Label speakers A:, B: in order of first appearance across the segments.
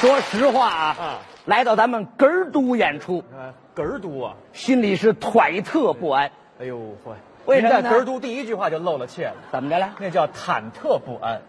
A: 说实话啊，
B: 啊
A: 来到咱们哏儿都演出，
B: 啊，哏儿都啊，
A: 心里是揣测不安。
B: 哎呦嚯！
A: 为什么呢
B: 您在哏儿都第一句话就露了怯了，
A: 怎么着了？
B: 那叫忐忑不安。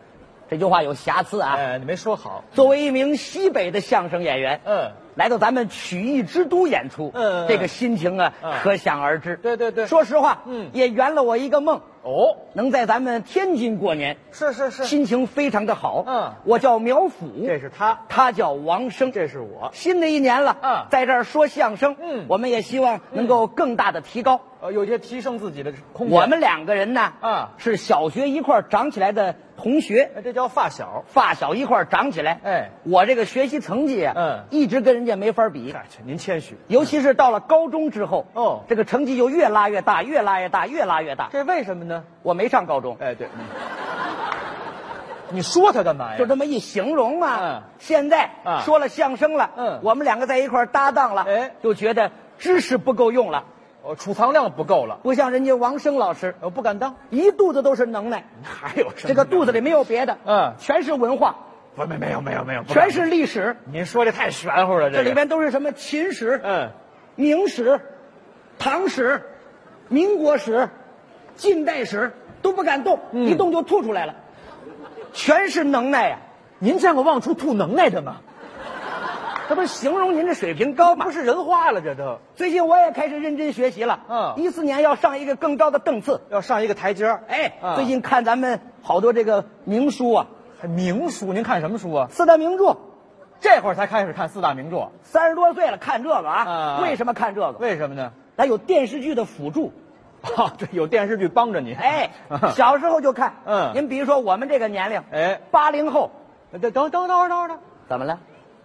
A: 这句话有瑕疵啊。
B: 哎，你没说好。
A: 作为一名西北的相声演员，
B: 嗯，
A: 来到咱们曲艺之都演出，
B: 嗯嗯嗯
A: 这个心情啊，
B: 嗯
A: 可想而知。
B: 对对对
A: 说实话，
B: 嗯
A: 也圆了我一个梦，
B: 哦，
A: 能在咱们天津过年，
B: 是是是，
A: 心情非常的好。
B: 嗯
A: 我叫苗阜，
B: 这是他，
A: 他叫王生，
B: 这是我。
A: 新的一年了，
B: 嗯
A: 在这儿说相声，
B: 嗯
A: 我们也希望能够更大的提高。
B: 呃，有些提升自己的空间。
A: 我们两个人呢，
B: 嗯
A: 是小学一块儿长起来的同学，
B: 哎，这叫发小。
A: 发小一块儿长起来。
B: 哎
A: 我这个学习成绩啊，
B: 嗯
A: 一直跟人家没法比。
B: 哎，去您谦虚。
A: 尤其是到了高中之后，
B: 哦
A: 这个成绩就越拉越大，越拉越大，越拉越大。
B: 这为什么呢？
A: 我没上高中，
B: 哎，对，嗯你说他干嘛呀？
A: 就这么一形容啊
B: 嗯。
A: 现在
B: 啊
A: 说了相声了，
B: 嗯
A: 我们两个在一块儿搭档了，
B: 哎
A: 就觉得知识不够用了，
B: 哦，储藏量不够了，
A: 不像人家王生老师，
B: 我不敢 当。
A: 一肚子都是能耐，
B: 哪有什么
A: 这个肚子里没有别的，
B: 嗯
A: 全是文化，
B: 不没没有没有没有，不敢
A: 全是历史，
B: 您说这太玄乎了，
A: 这
B: 这
A: 里边
B: 边
A: 都是什么秦史、
B: 嗯，
A: 明史、唐史、民国史、近代史都不敢动，
B: 嗯
A: 一动就吐出来了，全是能耐呀、
B: 您见过往出吐能耐的吗？
A: 这不是形容您这水平高吗
B: 不？是人话了，这都
A: 最近我也开始认真学习了，
B: 嗯
A: 一四年要上一个更高的档次。
B: 要上一个台阶儿
A: 哎，
B: 啊
A: 最近看咱们好多这个名书啊，
B: 还名书，您看什么书啊？
A: 四大名著，
B: 这会儿才开始看四大名著，
A: 三十多岁了看这个啊，
B: 嗯
A: 为什么看这个？
B: 为什么呢？
A: 它有电视剧的辅助。
B: 啊，对，有电视剧帮着 你。
A: 哎，小时候就看。
B: 嗯
A: 您比如说我们这个年龄，
B: 哎，
A: 八零后，
B: 等等等等会儿等会儿等会儿，
A: 怎么了？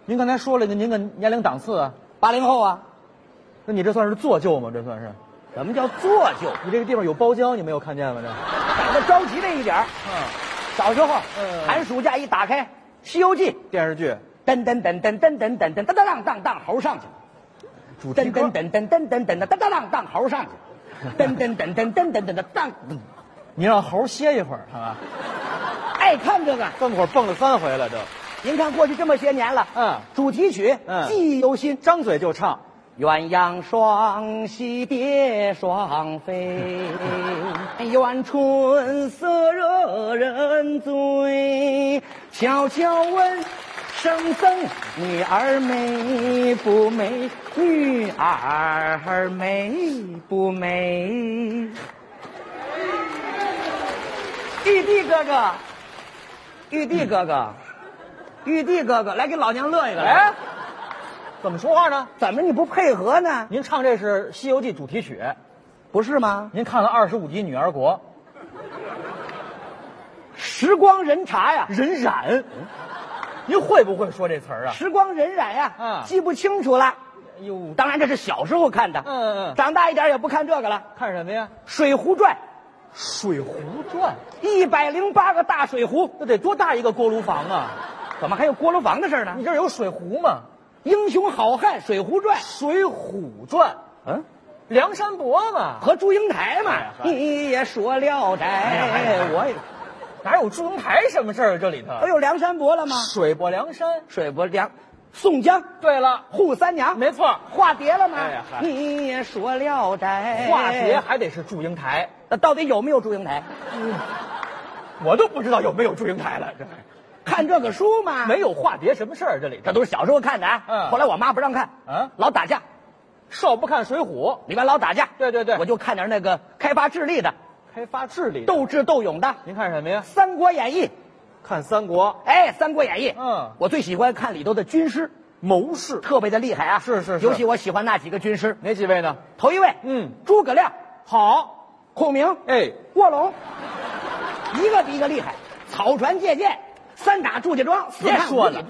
B: 您刚才说了您您个年龄档次啊，
A: 八零后啊，
B: 那你这算是做旧吗？这算是？
A: 什么叫做旧？
B: 你这个地方有包浆，你没有看见吗？这，
A: 打的着急这一点儿。
B: 嗯，
A: 小时候，
B: 嗯
A: 寒暑假一打开《西游记》，
B: 电视剧
A: 噔噔噔噔噔噔噔噔噔噔当当当猴上去，
B: 主题
A: 噔
B: 歌
A: 噔噔噔噔噔噔噔噔当当猴上去，噔噔噔噔噔噔噔当。
B: 你让猴歇一会儿，好吧？
A: 爱看这个，
B: 这么会儿蹦了三回了，这
A: 您看过去这么些年了，
B: 嗯
A: 主题曲，
B: 嗯
A: 记忆犹新。
B: 张嘴就唱，
A: 鸳鸯双栖蝶双飞，愿春色惹人醉。悄悄问圣僧，女儿美不美？女儿美不美？玉帝哥哥，玉帝哥哥，玉帝哥哥，来给老娘乐一个！来，
B: 哎，怎么说话呢？
A: 怎么你不配合呢？
B: 您唱这是《西游记》主题曲，
A: 不是吗？
B: 您看了二十五集《女儿国
A: 时光荏茶呀》，，
B: 人染，您会不会说这词儿啊？
A: 时光荏苒呀，
B: 嗯
A: 记不清楚了。
B: 哎呦，
A: 当然这是小时候看的，
B: 嗯嗯
A: 长大一点也不看这个了。
B: 看什么呀？
A: 《水浒传
B: 《水浒传》，》
A: 一百零八个大水壶，
B: 那得多大一个锅炉房啊？
A: 怎么还有锅炉房的事呢
B: 你？这儿有水壶吗？
A: 英雄好汉《水浒传》，
B: 《水浒传》，
A: 嗯，
B: 梁山伯嘛，
A: 和祝英台嘛
B: 哎。嗨
A: 你也说聊斋，
B: 哎
A: 我也，
B: 哪有祝英台什么事儿？这里头
A: 都有梁山伯了吗？
B: 水泊梁山。
A: 水泊梁，宋江、
B: 对了，
A: 扈三娘，
B: 没错儿，
A: 化蝶了吗
B: 哎呀？嗨
A: 你也说聊斋，
B: 化蝶还得是祝英台，
A: 那到底有没有祝英台？
B: 我都不知道有没有祝英台了。这
A: 看这个书吗？
B: 没有化蝶什么事儿？啊这里头
A: 这都是小时候看的啊。
B: 嗯
A: 后来我妈不让看，
B: 嗯
A: 老打架，
B: 少不看《水浒》，
A: 里边老打架。
B: 对对对
A: 我就看点那个开发智力的、
B: 开发智力的。
A: 斗智斗勇的《
B: 您看什么呀？
A: 三国演义》。
B: 看三国
A: 哎，《三国演义》。
B: 嗯
A: 我最喜欢看里头的军师，
B: 谋士
A: 特别的厉害啊。
B: 是是是
A: 尤其我喜欢那几个军师，
B: 哪几位呢？
A: 头一位，
B: 嗯，
A: 诸葛亮、
B: 好，
A: 孔明、
B: 哎，
A: 卧龙，一个比一个厉害。草船借箭，三打祝家庄，四
B: 别
A: 看
B: 说
A: 五
B: 了
A: 里，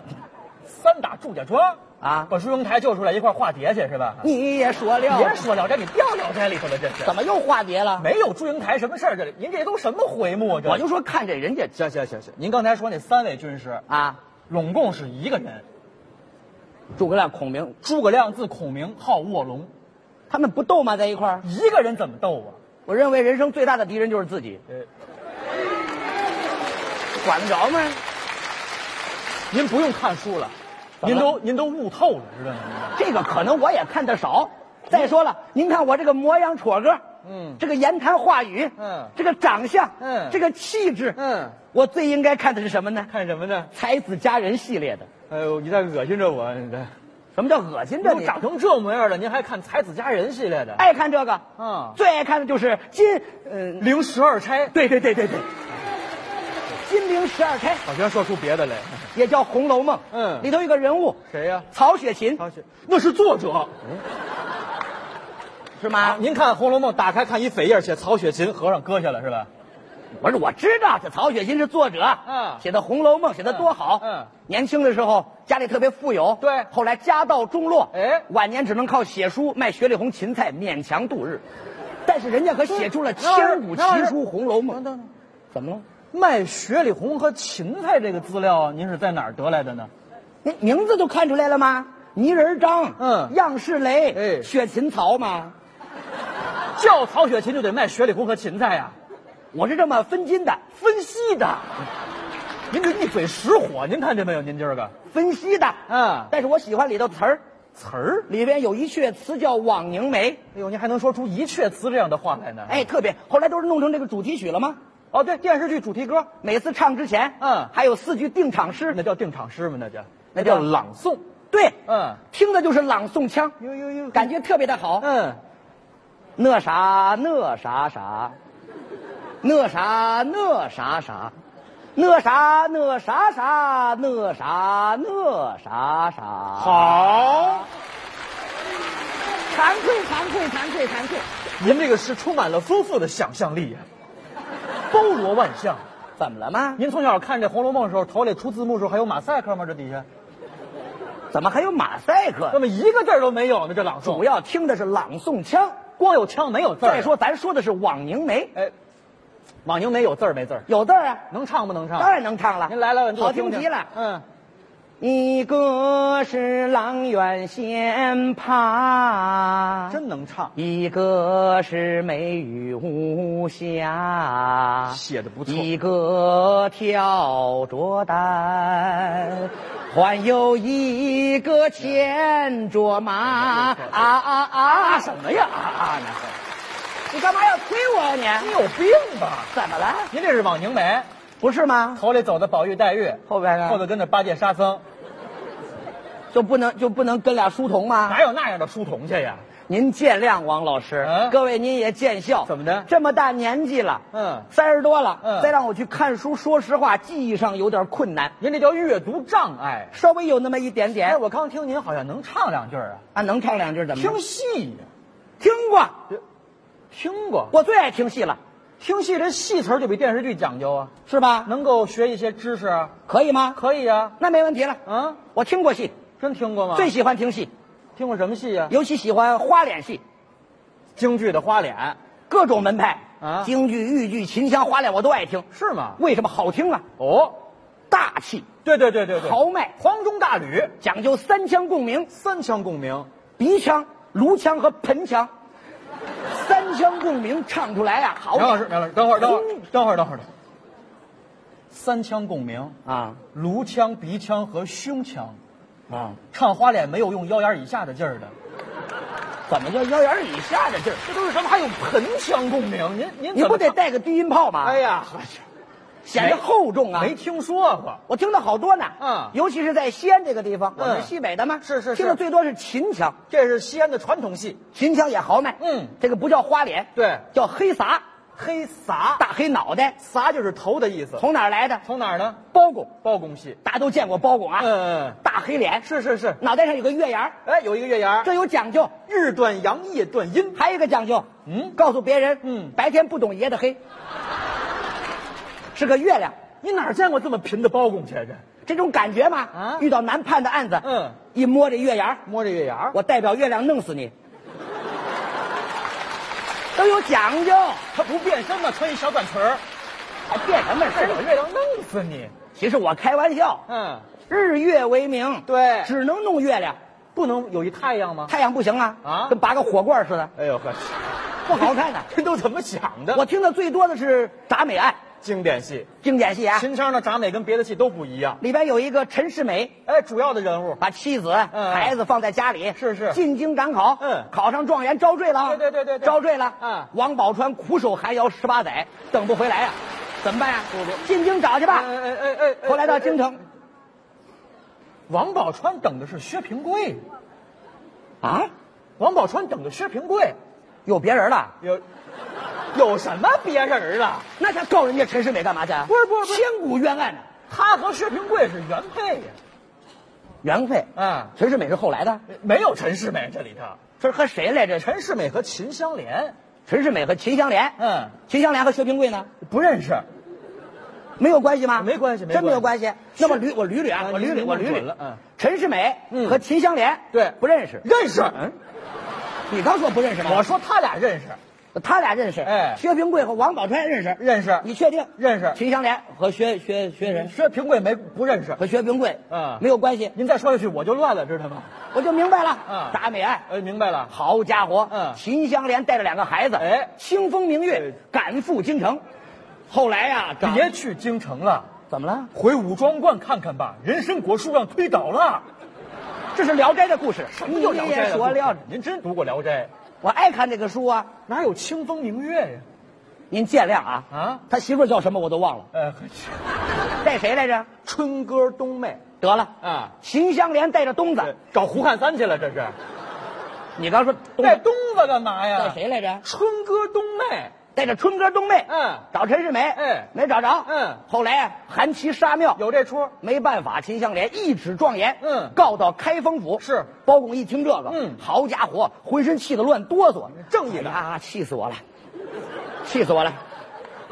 B: 三打祝家庄
A: 啊
B: 把祝英台救出来一块儿化蝶去是吧？
A: 你也说了，
B: 别说聊斋，你掉聊斋里头了，这是
A: 怎么又化蝶了？
B: 没有祝英台什么事儿？这里您这都什么回目啊？这
A: 我就说看这人家
B: 行行行行，您刚才说那三位军师，
A: 啊，
B: 拢共是一个人。
A: 诸葛亮、孔明，
B: 诸葛亮字孔明，号卧龙，
A: 他们不斗吗？在一块儿，
B: 一个人怎么斗啊？
A: 我认为人生最大的敌人就是自己，
B: 呃，
A: 管得着吗？
B: 您不用看书了，您都您都悟透了，知道吗？
A: 这个可能我也看得少。再说了，您看我这个模样、戳个，
B: 嗯
A: 这个言谈话语，
B: 嗯
A: 这个长相，
B: 嗯
A: 这个气质，
B: 嗯，
A: 我最应该看的是什么呢？
B: 看什么呢？
A: 才子佳人系列的。
B: 哎呦，你在恶心着我！你这
A: 什么叫恶心着
B: 都
A: 你？
B: 长成这模样了，您还看《才子佳人》系列的？，
A: 爱看这个，
B: 嗯
A: 最爱看的就是金，嗯、
B: 零十二钗，
A: 对对对对对，金陵十二钗
B: 好像说出别的来。
A: 也叫《红楼梦》，
B: 嗯
A: 里头有一个人物
B: 谁呀、
A: 曹雪芹，
B: 曹雪，那是作者。
A: 是
B: 啊
A: 吗？
B: 您看《红楼梦》，打开看一扉页，写曹雪芹和尚割下了是吧？
A: 我说我知道，这曹雪芹是作者，
B: 嗯
A: 写的《红楼梦》写的多好，
B: 嗯嗯
A: 年轻的时候家里特别富有，
B: 对
A: 后来家道中落，
B: 哎
A: 晚年只能靠写书卖雪里红芹菜勉强度日，但是人家可写出了
B: 那是
A: 千古奇
B: 那是
A: 书《红楼梦》，
B: 等等，
A: 怎么了？
B: 卖雪里红和芹菜这个资料啊，您是在哪儿得来的呢？
A: 您名字都看出来了吗？泥人张，
B: 嗯
A: 样式雷，
B: 哎
A: 雪芹曹嘛，
B: 叫曹雪芹就得卖雪里红和芹菜呀、
A: 我是这么分金的、
B: 分析的。您这一嘴实火，您看见没有？您今儿个
A: 分析的，
B: 嗯
A: 但是我喜欢里头词儿，
B: 词儿，
A: 里边有一阙词叫《枉凝眉》，
B: 哎呦，您还能说出一阙词这样的话来呢？，
A: 哎，特别，后来都是弄成这个主题曲了吗？
B: 哦，对，电视剧主题歌，
A: 每次唱之前，
B: 嗯
A: 还有四句定场诗，
B: 那叫定场诗吗？那叫
A: 那叫
B: 朗诵。
A: 对，
B: 嗯，
A: 听的就是朗诵腔，
B: 呦呦呦
A: 感觉特别的好。
B: 嗯，
A: 那啥那啥啥，那啥那啥啥，那啥那啥啥，那啥那啥啥。，
B: 好，
A: 惭愧惭愧惭愧惭愧，
B: 您这个诗充满了丰富的想象力呀、包罗万象。
A: 怎么了吗？
B: 您从小看这《红楼梦》的时候，头里出字幕的时候还有马赛克吗？这底下
A: 怎么还有马赛
B: 怎
A: 克？
B: 么一个字儿都没有呢？这朗诵
A: 主要听的是朗诵腔。
B: 光有腔没有字儿。啊
A: 再说，咱说的是枉凝眉，
B: 哎，网宁没有字儿没字儿，
A: 有字儿啊。
B: 能唱不能唱？
A: 当然能唱了。
B: 您来了，你给我
A: 好听极了。
B: 嗯，
A: 一个是阆苑仙葩，
B: 真能唱，
A: 一个是梅雨无瑕，
B: 写的不错。
A: 一个挑着担，还有一个牵着马。啊
B: 哎
A: 啊啊！什么呀？啊啊！你干嘛要推我呀、
B: 你
A: 你？
B: 有病吧？
A: 怎么了？
B: 您这是枉凝眉，
A: 不是吗？
B: 头里走的宝玉、黛玉，
A: 后边呢
B: 后头跟着八戒、沙僧，
A: 就不能就不能跟俩书童吗？
B: 哪有那样的书童去呀？
A: 您见谅，王老师，
B: 嗯
A: 各位您也见笑。
B: 怎么的
A: 这么大年纪了，
B: 嗯
A: 三十多了，
B: 嗯
A: 再让我去看书，说实话，记忆上有点困难，
B: 您这叫阅读障碍。
A: 稍微有那么一点
B: 哎，
A: 点。
B: 我刚听您好像能唱两句啊，
A: 啊，能唱两句怎么着？
B: 听戏，
A: 听过，
B: 听过。
A: 我最爱听戏了，
B: 听戏这戏词儿就比电视剧讲究啊，
A: 是吧？
B: 能够学一些知识啊，
A: 可以吗？
B: 可以啊。
A: 那没问题了。
B: 嗯，
A: 我听过戏，
B: 真听过吗？
A: 最喜欢听戏，
B: 听过什么戏呀、啊
A: 尤其喜欢花脸戏，
B: 京剧的花脸
A: 各种门派
B: 啊
A: 京剧、豫剧、秦腔、花脸我都爱听。
B: 是吗？
A: 为什么好听啊？
B: 哦，
A: 大气、
B: 对对对对对，
A: 豪迈，
B: 黄钟大吕，
A: 讲究三腔共鸣。
B: 三腔共鸣，
A: 鼻腔、颅腔和盆腔，三腔共鸣唱出来啊，好
B: 杨老师，杨老师，等会儿，等会儿，等会儿，等会儿，嗯三腔共鸣，
A: 啊
B: 颅腔、鼻腔和胸腔，
A: 啊！
B: 唱花脸没有用腰眼以下的劲儿的，
A: 怎么叫腰眼以下的劲儿？
B: 这都是什么？还有盆腔共鸣，您您
A: 你
B: 怎么
A: 不得
B: 唱？
A: 带个低音炮吗？
B: 哎呀，
A: 显得厚重啊。
B: 没听说过，
A: 我听的好多呢。
B: 嗯
A: 尤其是在西安这个地方，我
B: 嗯
A: 们是西北的嘛，
B: 是是是
A: 听的最多是秦腔，
B: 这是西安的传统戏，
A: 秦腔也豪迈。
B: 嗯
A: 这个不叫花脸，
B: 对
A: 叫黑撒，
B: 黑撒，
A: 大黑脑袋。
B: 撒就是头的意思，
A: 从哪儿来的？
B: 从哪儿呢？
A: 包公，
B: 包公戏，
A: 大家都见过包公啊。
B: 嗯嗯嗯
A: 大黑脸，
B: 是是是，
A: 脑袋上有个月牙儿，
B: 哎，有一个月牙儿，
A: 这有讲究。
B: 日断阳，夜断阴，
A: 还有一个讲究，
B: 嗯
A: 告诉别人，
B: 嗯
A: 白天不懂爷的黑，是个月亮，
B: 你哪儿见过这么贫的包公去？这
A: 这种感觉嘛，
B: 啊
A: 遇到难判的案子，
B: 嗯，
A: 一摸这月牙儿，
B: 摸着月牙儿，
A: 我代表月亮弄死你，都有讲究，
B: 他不变身吗？穿一小短裙儿，
A: 还变什么
B: 代
A: 身？
B: 表哎月亮弄死你。
A: 其实我开玩笑，
B: 嗯，
A: 日月为名，
B: 对
A: 只能弄月亮，
B: 不能有一太阳吗？
A: 太阳不行啊，
B: 啊
A: 跟拔个火罐 似的，
B: 哎呦呵，
A: 不好看呐、
B: 这都怎么想的？
A: 我听的最多的是铡美案，
B: 经典戏，
A: 经典戏啊，
B: 秦腔的铡美跟别的戏都不一样。
A: 里边有一个陈世美，
B: 哎，主要的人物，
A: 把妻子、
B: 嗯
A: 孩子放在家里，
B: 是是
A: 进京赶考，
B: 嗯
A: 考上状元，招赘了，
B: 对对对对对
A: 招赘了，
B: 嗯
A: 王宝钏苦守寒窑十八载，等不回来呀、啊怎么办呀、
B: 不不
A: 进京找去吧。
B: 哎哎哎哎哎
A: 后来到京城，
B: 王宝钏等的是薛平贵，呃
A: 啊，
B: 王宝钏等的薛平贵，
A: 有别人了，
B: 有有什么别人啊？
A: 那他告人家陈世美干嘛去啊？
B: 不是不是不是
A: 千古冤案呢，
B: 他和薛平贵是原配呀。
A: 原配。
B: 啊，
A: 陈世美是后来的，
B: 没有陈世美这里头，
A: 这是和谁来着？
B: 陈世美和秦香莲，
A: 陈世美和秦香莲，
B: 嗯，
A: 秦香莲和薛平贵呢？
B: 不认识。
A: 啊没有关系吗？
B: 没关系没
A: 真没有关
B: 关
A: 系。那么捋我捋捋啊
B: 啊，
A: 我捋
B: 你
A: 捋，我捋捋
B: 准了嗯
A: 陈世美
B: 嗯
A: 和秦香莲，
B: 对
A: 不认识。
B: 认识，
A: 嗯你刚说不认识吗？
B: 我说他俩认识，
A: 他俩认识，
B: 哎
A: 薛平贵和王宝钏认识，
B: 认识
A: 你确定
B: 认识
A: 秦香莲和薛薛薛仁
B: 薛平贵没不认识。
A: 和薛平贵，
B: 嗯
A: 没有关系，
B: 您再说下去我就乱了，知道吗？
A: 我就明白了，
B: 嗯
A: 铡美案。
B: 呃，明白了。
A: 好家伙，
B: 嗯
A: 秦香莲带着两个孩子，
B: 哎
A: 清风明月
B: 哎
A: 赶赴京城，后来呀，长
B: 别去京城了，
A: 怎么了？
B: 回武庄观看看吧。人参果树让推倒了，
A: 这是《聊斋》的故事，
B: 什么叫《聊斋
A: 你》也
B: 啊？
A: 说聊，
B: 您真读过《聊斋啊
A: 我爱看这个书啊，》？
B: 哪有清风明月呀？
A: 您见谅啊。
B: 啊，
A: 他媳妇儿叫什么我都忘了，
B: 呃，
A: 带谁来着？
B: 春歌冬妹
A: 得了，
B: 啊，
A: 秦香莲带着东子，
B: 找胡汉三去了，这是
A: 你刚说东
B: 带
A: 子
B: 东子啊干嘛呀？
A: 带谁来着？
B: 春哥冬妹，
A: 带着春哥冬妹，
B: 嗯，
A: 找陈世美，
B: 哎
A: 没找着，
B: 嗯
A: 后来啊，韩琦杀庙，
B: 有这出，
A: 没办法，秦香莲一纸状言，
B: 嗯
A: 告到开封府。
B: 是
A: 包公一听这个，
B: 嗯
A: 好家伙，浑身气得乱哆嗦，
B: 正义的
A: 哎呀，气死我了，气死我了，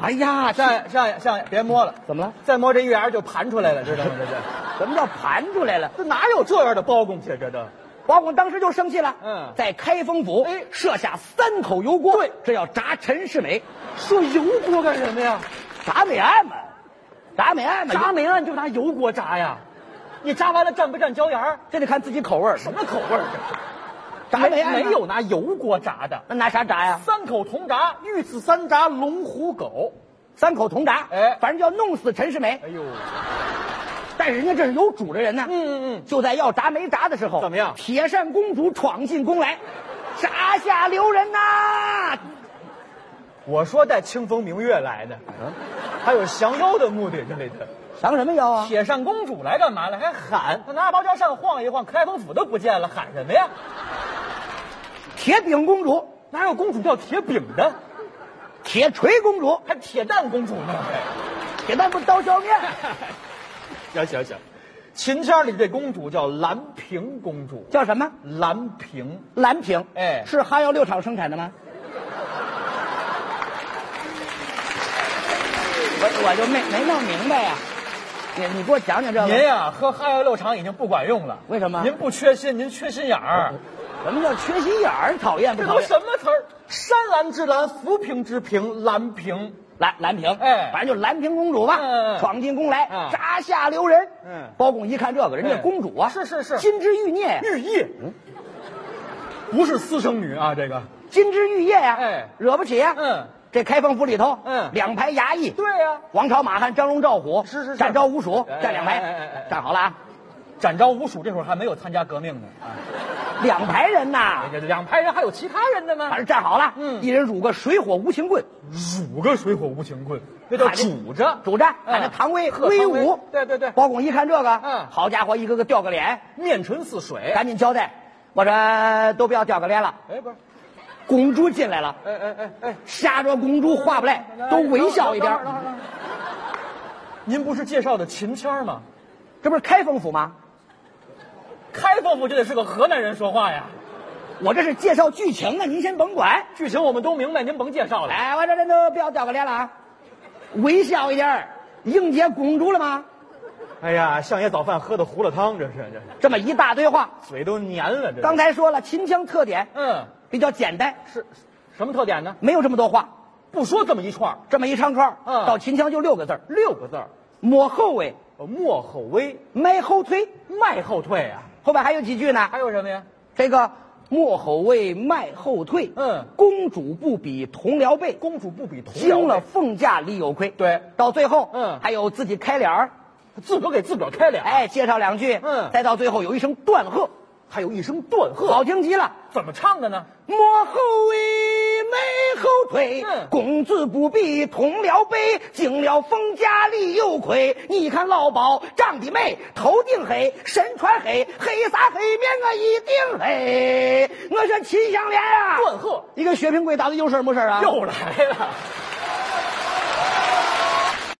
A: 哎呀，这
B: 上上呀上呀，别摸了，
A: 怎么了？
B: 再摸这月牙就盘出来了，知道吗？这这
A: 怎么叫盘出来了？
B: 这哪有这样的包公去？这都
A: 包公当时就生气了，
B: 嗯
A: 在开封府
B: 哎
A: 设下三口油锅，对，这要炸陈世美，
B: 说油锅干什么呀？
A: 铡美案嘛，铡美案嘛，
B: 炸美案就拿油锅炸呀，你炸完了蘸不蘸椒盐儿？
A: 这得看自己口味儿
B: 什么口味儿？这
A: 铡美案
B: 没
A: 嘛
B: 没有拿油锅炸的，
A: 那拿啥炸呀？
B: 三口铜铡，御赐三铡，龙虎狗。
A: 三口铜铡，
B: 哎
A: 反正就要弄死陈世美。
B: 哎呦，
A: 但是人家这是有主的人呢。
B: 嗯嗯
A: 就在要铡没铡的时候，
B: 怎么样
A: 铁扇公主闯进宫来，铡下留人呐！
B: 嗯，我说带清风明月来的，还有降妖的目的这里头。
A: 降什么妖啊？
B: 铁扇公主来干嘛了？还喊？她拿芭蕉扇晃一晃，开封府都不见了，喊什么呀？
A: 铁饼公主、
B: 哪有公主叫铁饼的？
A: 铁锤公主、
B: 还铁蛋公主呢？
A: 铁蛋不刀削面，
B: 行行行，秦腔里这公主叫兰萍公主，
A: 叫什么？
B: 兰萍
A: 蓝瓶。
B: 哎
A: 是哈药六厂生产的吗？我我就没没弄明白呀、你你给我讲讲这
B: 您
A: 个，
B: 呀、喝哈药六厂已经不管用了，
A: 为什么
B: 您不缺心，您缺心眼儿。
A: 什么叫缺心眼儿？讨厌不
B: 这
A: 讨
B: 都
A: 厌？
B: 什么词儿？山兰之兰，浮萍之萍，兰萍。
A: 蓝蓝屏，
B: 哎
A: 反正就蓝屏公主吧，
B: 嗯嗯嗯
A: 闯进宫来，
B: 嗯
A: 铡下留人。
B: 嗯
A: 包公一看这个，人家
B: 哎
A: 公主啊，
B: 是是是
A: 金枝玉孽呀，
B: 玉意，嗯不是私生女啊，这个。
A: 金枝玉叶呀，
B: 哎
A: 惹不起呀。
B: 嗯，
A: 这开封府里头，
B: 嗯
A: 两排衙役，
B: 对呀、
A: 王朝、马汉、张龙、赵虎，
B: 是是是
A: 展昭、吴蜀，
B: 哎哎
A: 站两
B: 哎哎哎
A: 排
B: 哎，
A: 站好了啊，
B: 展昭、吴蜀这会儿还没有参加革命呢，
A: 两排人呐，
B: 啊这两派人还有其他人的
A: 反
B: 吗？
A: 正站好了，
B: 嗯
A: 一人舞个水火无情棍，
B: 煮个水火无情棍，那叫煮啊着
A: 主战，
B: 嗯
A: 喊那唐威
B: 贺
A: 威
B: 唐威哦
A: 武，
B: 对对对
A: 包公一看这个，
B: 嗯
A: 好家伙，一个个掉个脸，
B: 面唇似水。
A: 赶紧交代，我说都不要掉个脸了。
B: 哎，不是，
A: 公主进来了，
B: 哎哎哎哎，
A: 吓着公主划不来，
B: 嗯
A: 都微笑一点
B: 等会儿。等会儿等会儿您不是介绍的秦腔吗？
A: 这不是开封府吗？
B: 开封府就得是个河南人说话呀。
A: 我这是介绍剧情呢，您先甭管。
B: 剧情我们都明白，您甭介绍了。
A: 哎，我这人都不要掉个脸了啊，微笑一点儿，迎接公主了吗？
B: 哎呀，相爷早饭喝的胡辣汤，这是这是
A: 这么一大堆话，
B: 嘴都黏了。这是
A: 刚才说了，秦腔特点
B: 嗯
A: 比较简单，
B: 是什么特点呢？
A: 没有这么多话，
B: 不说这么一串儿
A: 这么一长串儿，
B: 嗯
A: 到秦腔就六个字儿：
B: 六个字儿，
A: 抹后尾，
B: 呃莫后微，
A: 迈后推，
B: 迈后退啊。
A: 后边还有几句呢？
B: 还有什么呀？
A: 这个莫吼为迈后退。
B: 嗯
A: 公主不比同僚辈，
B: 公主不比同僚
A: 惊了
B: 美，
A: 凤驾里有亏。
B: 对
A: 到最后，
B: 嗯
A: 还有自己开脸儿，
B: 自个儿给自个儿开脸，
A: 哎，介绍两句，
B: 嗯
A: 再到最后有一声断喝，
B: 还有一声断喝，
A: 好听极了。
B: 怎么唱的呢？
A: 莫后畏，没后退
B: 嗯，
A: 公子不必同僚悲，惊了风家力又亏。你看老鸨长得美，头顶黑，身穿黑，黑啥黑面我一定黑。我说秦香莲啊，
B: 断喝
A: 你跟薛平贵打的有事儿没事儿啊？
B: 又来了，